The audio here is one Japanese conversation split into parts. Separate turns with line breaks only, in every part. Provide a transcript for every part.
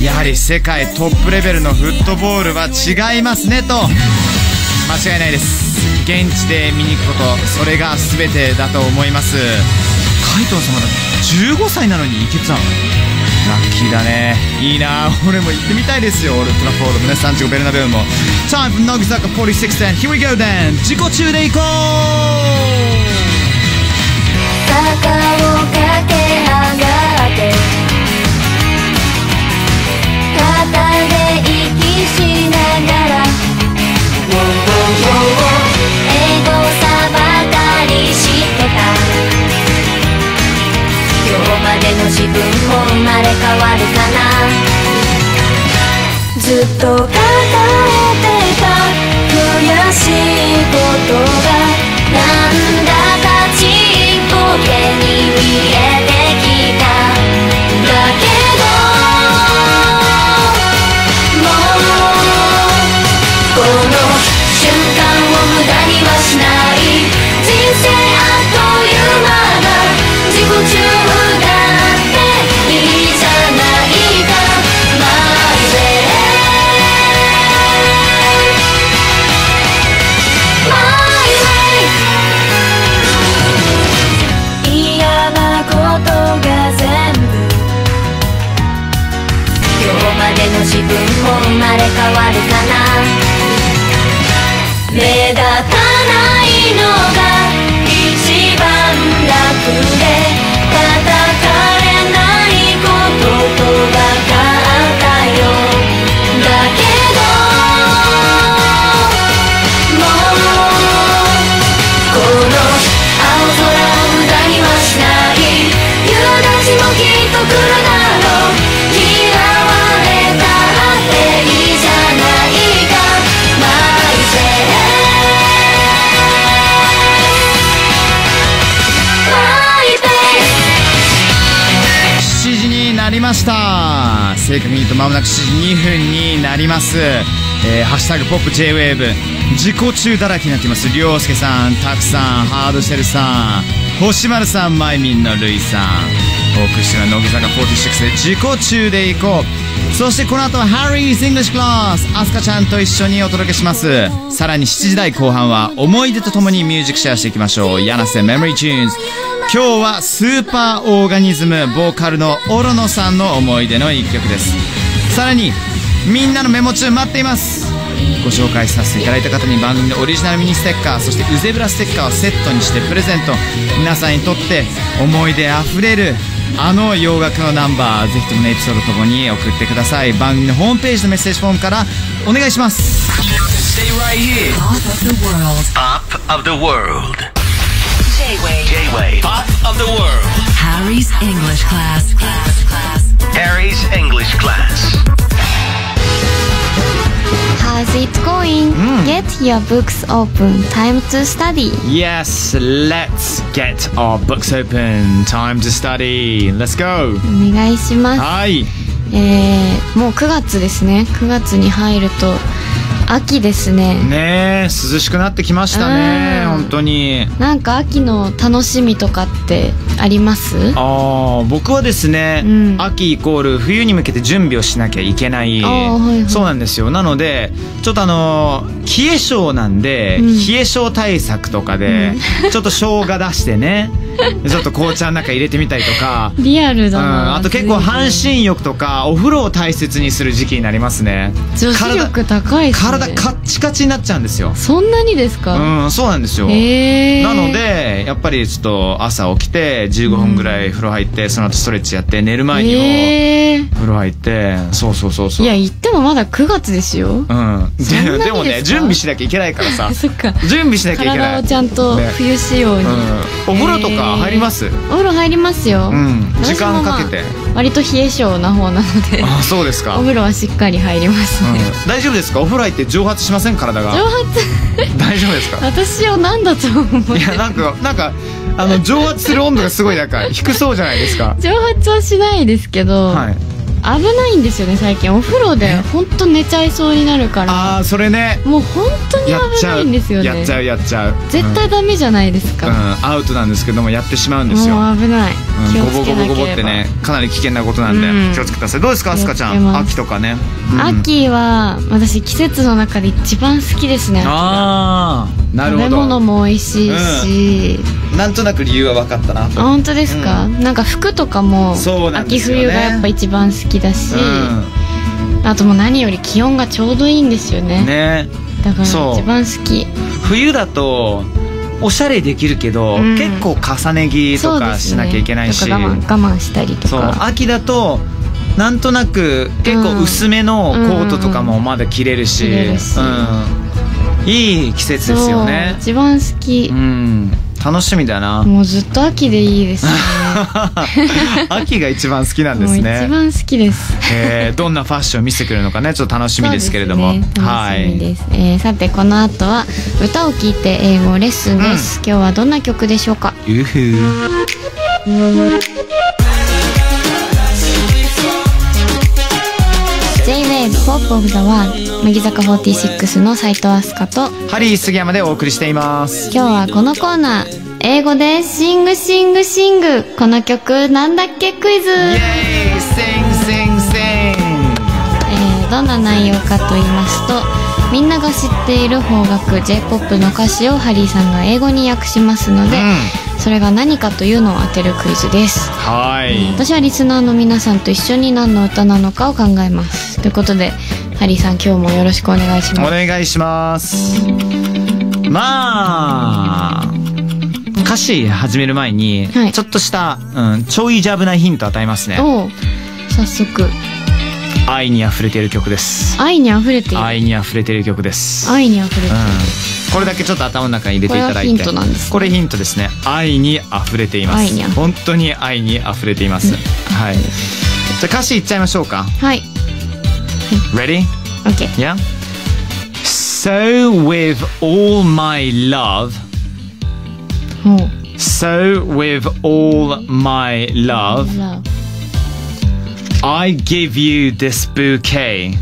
やはり世界トップレベルのフットボールは違いますねと間違いないです現地で見に行くことそれが全てだと思います海藤様だ15歳なのに行けちゃうラッキーだねいいな俺も行ってみたいですよオールトラフォード胸サンチゴベルナベウも Time for Nogi Saka 46 then Here we go then 自己中で行こう
坂を駆け上がって肩で息しながら英語さばかりしてた今日までの自分も生まれ変わるかなずっと抱えてた悔しいことがなんだかちっぽけに見えてきただけどもうこの瞬間を無駄にはしない人生あっという間だ自己中だっていいじゃないか My way My way 嫌なことが全部今日までの自分も生まれ変わるかな目立たないのが一番楽で叩かれないことと分かったよだけどもうこの青空を無駄にはしない夕立もきっと来るだろう嫌われたっていいじゃないか My face My face
7時になりました正確に言うと間もなく7時2分になりますえーハッシュタグポップ JWAVE 自己中だらけになっています涼介さんたくさんハードシェルさん星丸さんまいみんのるいさんお送りしてるのは乃木坂46で自己中でいこうそしてこの後はハリーズ・イングリッシュクラスアスカちゃんと一緒にお届けしますさらに7時台後半は思い出とともにミュージックシェアしていきましょう柳瀬メモリーチューンズ今日はスーパーオーガニズムボーカルのオロノさんの思い出の一曲ですさらにみんなのメモ中待っていますご紹介させていただいた方に番組のオリジナルミニステッカーそしてウゼブラステッカーをセットにしてプレゼント皆さんにとって思い出あふれるあの洋楽のナンバーぜひともねエピソードともに送ってください番組のホームページのメッセージフォームからお願いします
Stay right here.
Top of
Pop of the
the world.
world.
J-Way.
J-Wave. Pop of the world.
Harry's English class. Class. Class.
Harry's English class.
How's it going? Get your books open. Time to study.
Yes, let's get our books open. Time to study. Let's go.
お願いします。
はい。
えー、もう9月ですね。9月に入ると秋ですね。
ねえ、涼しくなってきましたね。
うん
本当に。
なんか秋の楽しみとかってあります？
ああ、僕はですね、
うん
秋イコール冬に向けて準備をしなきゃいけない。
あーはいはい
そうなんですよ。なので、ちょっとあのー冷え性なんで、
うん
冷え性対策とかで、ちょっと生姜出して ね、ちょっと紅茶の中入れてみたりとか、
リアル
う
だ
ん
な。
あと結構半身浴とかお風呂を大切にする時期になりますね
女子力高いですね。
体体カッチカチになっちゃうんですよ
そんなにですか？
うんそうなんですよ、
えー。
なの。でやっぱりちょっと朝起きて15分ぐらい風呂入って、その後ストレッチやって寝る前にも
えー。
風呂入ってそうそうそうそう
いや言ってもまだ9月ですよ。
うん
そんなにです
で
か
もね準備しなきゃいけないから さ
そっか。
準備しなきゃいけない
体をちゃんと
ね
冬仕様に。
うん、お風呂とか入ります、
お風呂入りますよ、
うん時
私も
間
まあ
かけて、
割と冷え性な方なので
あそうですか
お風呂はしっかり入りますね、
うん大丈夫ですかお風呂入って蒸発しません体が
蒸発
大丈夫です か
私を何だと思う
いやなんかなんかあの蒸発する温度がすごいなんか低そうじゃないですか
蒸発はしないですけど、
はい
危ないんですよね最近お風呂で本当寝ちゃいそうになるから
ああそれね
もう本当に
やっ
危
ちゃ
な
う
いんですよね
やっちゃうやっちゃう
絶対ダメじゃないです
うん、う
か、
んアウトなんですけどもやってしまうんですよ
もう危ない、
うん
気を
ゴボ
つ
ゴ
け
ボ
な
ゴボ
け
っ
れ
て
ば、
ねかなり危険なことなんで、
うん
気をつけてくださいどうですかアスカちゃ
気をつけ
ん
ます
秋とかね、うん
秋は私季節の中で一番好きですね
ああなるほ
食べ
ど
物も美味しいし、
なんとなく理由は分かったな
あ本当ですか、なんか服とかも、
そうなんで
秋
すよね
冬がやっぱ一番好きだし、あともう何より気温がちょうどいいんですよ
う
ね
んね
だから
そう
一番好き
冬だとおしゃれできるけど、
うん
結構重ね着と
そうで
か
す
し
ね
なきゃいけないし、
とか我慢我慢したりと
そう
か
秋だとなんとなく結構薄めのコートとかもまだ着れるし,、う
う
んん
着れるし
いい季節ですよね
そう一番好き
う、ん楽しみだ な
もうずっと秋でいいですね
秋が一番好き なんで
もう
す
一
ね
番好きです
えーどんなファッション見せてくれるのかねちょっと楽しみですけれども、
そうですね、
は
楽しみ
い
です、えーさてこの後は歌を聴いて英語レッスンです、今日はどんな曲でしょうか
うふう
「J-WAVE POP OF THE WORLD」乃木坂46の斉藤飛鳥と
ハリー杉山でお送りしています
今日はこのコーナー英語でシングシングシングこの曲なんだっけクイズ、
イエー
え
イセンセンセン
ーどんな内容かと言いますとみんなが知っている邦楽 j p o p の歌詞をハリーさんが英語に訳しますので、
う
それが何かというのを当てるクイズです
はい
私はリスナーの皆さんと一緒に何の歌なのかを考えますということでハリーさん今日もよろしくお願いし
お
ます
願いしますまあ歌詞始める前に、
はい
ちょっとした、うん、ちょいジャブなヒント与えますね
おう早速
愛に溢れてる曲です
愛に溢れている
愛に溢れてる曲です
愛に溢れている、
うん、これだけちょっと頭の中に入れていただいて
これはヒントなんですね
これヒントですね愛に溢れていま
愛に
す
溢れ
本当に愛に溢れています、はいじゃあ歌詞いっちゃいましょうか
はい
Ready?
OK
Yeah. So with all my love,
ほう
so with all my love,
ラ
I give you this bouquet.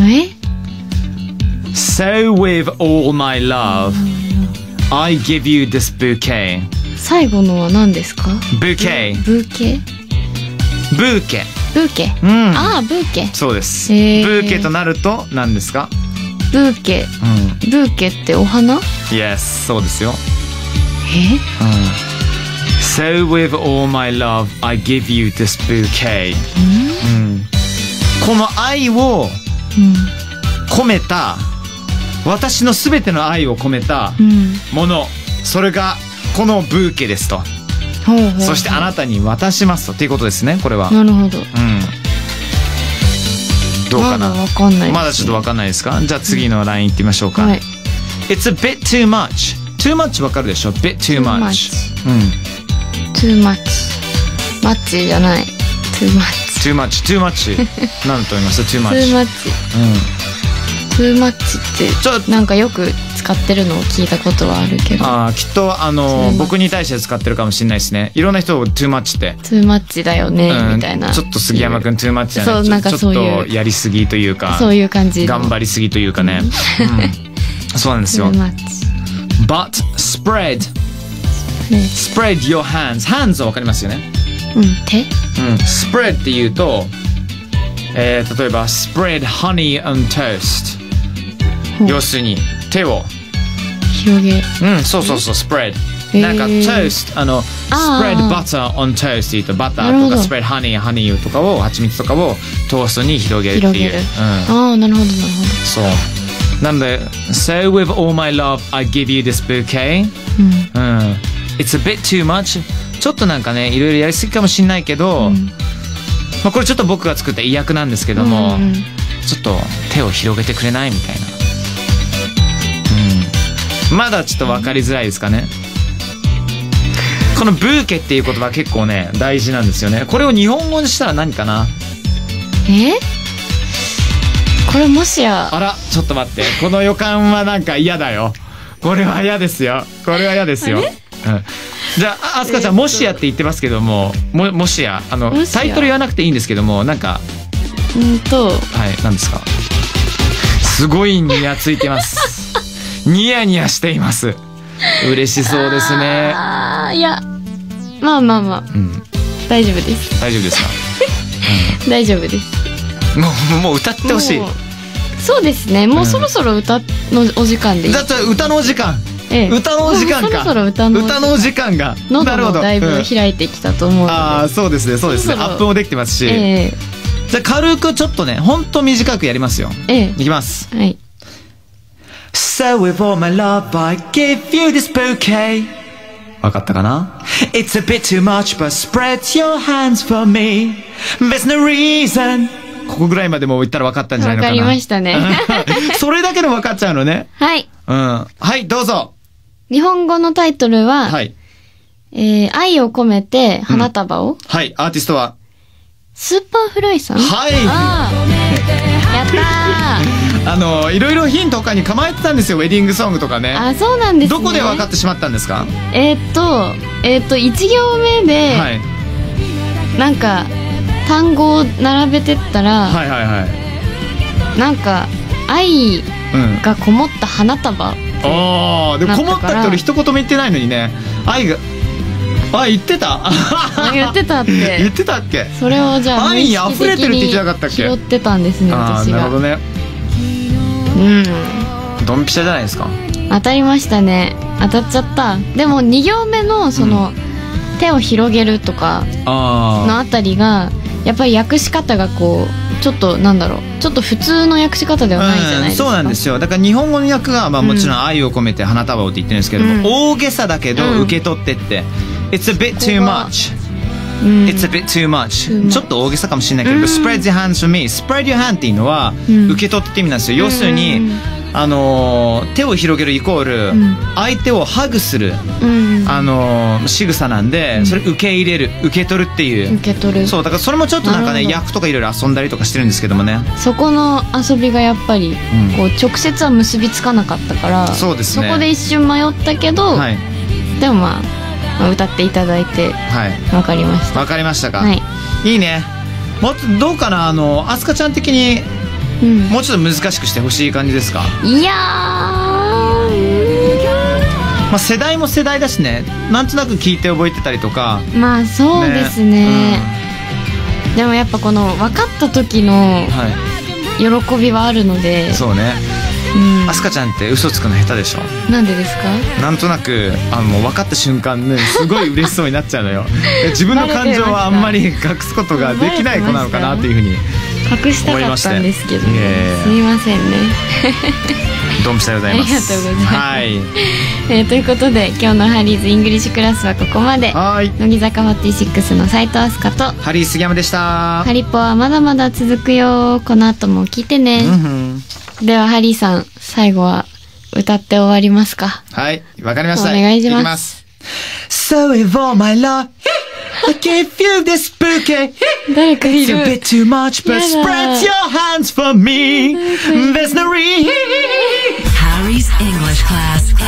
え
So with all my love, I give you this bouquet.
最後のは何ですか
Bouquet.
ブーケ
Bouquet.
ブーケ
うん。
ああブーケ
そうです。ブ
へー
ーケとなると何ですか
ブーケ
うん。
ブーケってお花
Yes, そうですよ。
え
So with all my love, I give you this bouquet. うんこの愛を込めた、私のすべての愛を込めた
うんうん
もの、それがこのブーケですと。
ほうほう
そしてあなたに渡しますと。っていうことですね、これは。うん。
なるほど
どうかな
まだわかんないです
まだちょっとわかんないですかじゃあ次のライン行ってみましょうか。
はい
It's a bit too much. Too much わかるでしょ ?bit too
Too
much. much. うん。
too much マッチじゃない too much
too much too much 何だと思います too much
too
うん
much too much っ
ちょって
なんかよく使ってるのを聞いたことはあるけど
あーきっとあの
too much
僕に対して使ってるかもしれないですねいろんな人を too much って、
too much だよね
うん
みたいな
ちょっと杉山君 too much じゃな
そう
いちょ
なんかそうい
ち
う
ょっとやりすぎというか
そういう感じの
頑張りすぎというかね、うんそうなんですよ
too much
but spread
ね
spread your hands hands はわかりますよね、
うん手
うん、spread Hmm. っていうと、えー例えば spread honey on toast
ほう
要するに手を
広げ
うん、そうそうそう、スプレッ
え
ド。な
ー
んか、トースト、あの、ス
Hmm. あー
プレッドバターオントーストとバタ
なる
ー
ほ
と
ど
か、スプレッドハニー、ハニーとかを、蜂蜜とかをトーストに広げるって
広
い
げ
う。
る、
うん、
ああなるほどなる
そう。なので、So with all my love, I give you this bouquet.
ほどうん
うん。It's a bit too much. ちょっとなんかね、いろいろやりすぎかもしれないけど、まあこれちょっと僕が作った意訳なんですけども、
うんうん
ちょっと手を広げてくれないみたいな。うん。まだちょっと分かりづらいですかね。このブーケっていう言葉結構ね、大事なんですよね。これを日本語にしたら何かな
えこれもしや
あら、ちょっと待って。この予感はなんか嫌だよ。これは嫌ですよ。これは嫌ですよ。うん、じゃあ、ああすかちゃん、もしやって言ってますけども、も、もしや、あの
も、しや
タイトル言わなくていいんですけども、なんか、
うんと
はい、何ですかすごいニヤついてます。 ニヤニヤしています。嬉しそうですね。
あーいやまあまあまあ
うん、
大丈夫です
大丈夫ですか
大丈夫です
もう、もうもう歌ってほし
もうそうですねもうそろそろ歌のお時間で
い。
いい
だって歌のお時間
ええ
歌のお時間か。
そろそろ歌のお時間
歌のお時間が。な
喉
るほ
も
ど。
だいぶ
うん
開いてきたと思うので、
ああ、そうですね、そうですね。
そろそろ
アップもできてますし。
ええ
じゃあ軽くちょっとね、ほんと短くやりますよ。
ええ
いきます。
はい。
So with all my love, I give you this bouquet. わかったかな ?It's a bit too much, but spread your hands for me. There's no reason. ここぐらいまでも言ったらわかったんじゃないのかな
わかりまし たね
それだけでわかっちゃうのね。
はい。
うん。はい、どうぞ。
日本語のタイトルは、
はい。
えー愛を込めて花束を、
はい、アーティストは。
スーパーフライさん
はい。
ああ。やった
あの、いろいろヒント他に構えてたんですよ、ウェディングソングとかね。
ー。あ、そうなんですね。
どこで分かってしまったんですか、
えーっと、えーっと、一行目で、
はい、
なんか、単語を並べてったら、
はいはいはい
なんか、愛
うん
がこもった花束。
ああでも
なっ
こ
たか
も
ら
ったって俺一言も言ってないのにね愛があ言ってた
言ってたっ
言
て
っ。てたっけ
それをじゃあ、
愛に
無意識
溢れてるって言っ
的
てなかったっけ
に拾ってたんですね、
ああ
私
なる
が。
ほどね
うん。
ドンピシャじゃないですか
当たりましたね当たっちゃったでも2行目のその、手を広げるとかの
あ
あたりがやっぱり訳し方がこうちょっとなんだろうちょっと普通の訳し方ではないじゃないですか、
そうなんですよだから日本語の訳が、まあ、もちろん愛を込めて花束をって言ってるんですけども、
うん
大げさだけ
う
ど
ん
受け取ってって、It's a bit too
ここが
much
うん
It's a bit too much.
Too much.
ちょっと大げさかもしれないけど、
うん
spread your hands for me. spread your hand っていうのは、
うん
受け取って意味なんですよ。要するに、
うん
あのー手を広げるイコール、
ん
相手をハグする、
うん
あのー仕草なんで、それ受け入れる、受け取るっていう。
受け取る
そ、
そう
だからそれもちょっとなんか
な
ね、
るほど
役とかいろいろ遊んだりとかしてるんですけどもね。
この遊びがやっぱり、
ん
こう直接は結びつかなかったから
そうですね
そこで一瞬迷ったけど、
はい。
でもまあ、まあ歌っていただいて
はい。
分かりました
わかりましたか、
はい、
いいね。もっとどうかなあの、アスカちゃん的に、
うん
もうちょっと難しくしてほしい感じですか
いやー
まあ、世代も世代だしねなんとなく聞いて覚えてたりとか
うんまあそうですねでもやっぱこの分かった時の
うんは
喜びはあるので
いそうね
うん
アスカちゃんって嘘つくの下手でしょ
なんでですか
なんとなくあもう分かった瞬間ねすごい嬉しそうになっちゃうの よで自分の感情はあんまり隠すことができない子なのかなっていうふうに
隠したかったんですけど、
思いまして
すみませんね、
ドンピシャでございます
ありがとうございます
はい
えーということで今日のハリーズイングリッシュクラスはここまで
はい
乃木坂46の斉藤飛鳥と
ハリー杉山でした
ハリポはまだまだ続くよこの後も聞いてね
う、ん
ではハリーさん最後は歌って終わりますか
はいわかりました
お願いします
きます So with all my love I gave you this bouquet
誰か
It's
い
a
る
bit too much, but
Yeah.
spread your hands for me. There's no reason.
Harry's English class.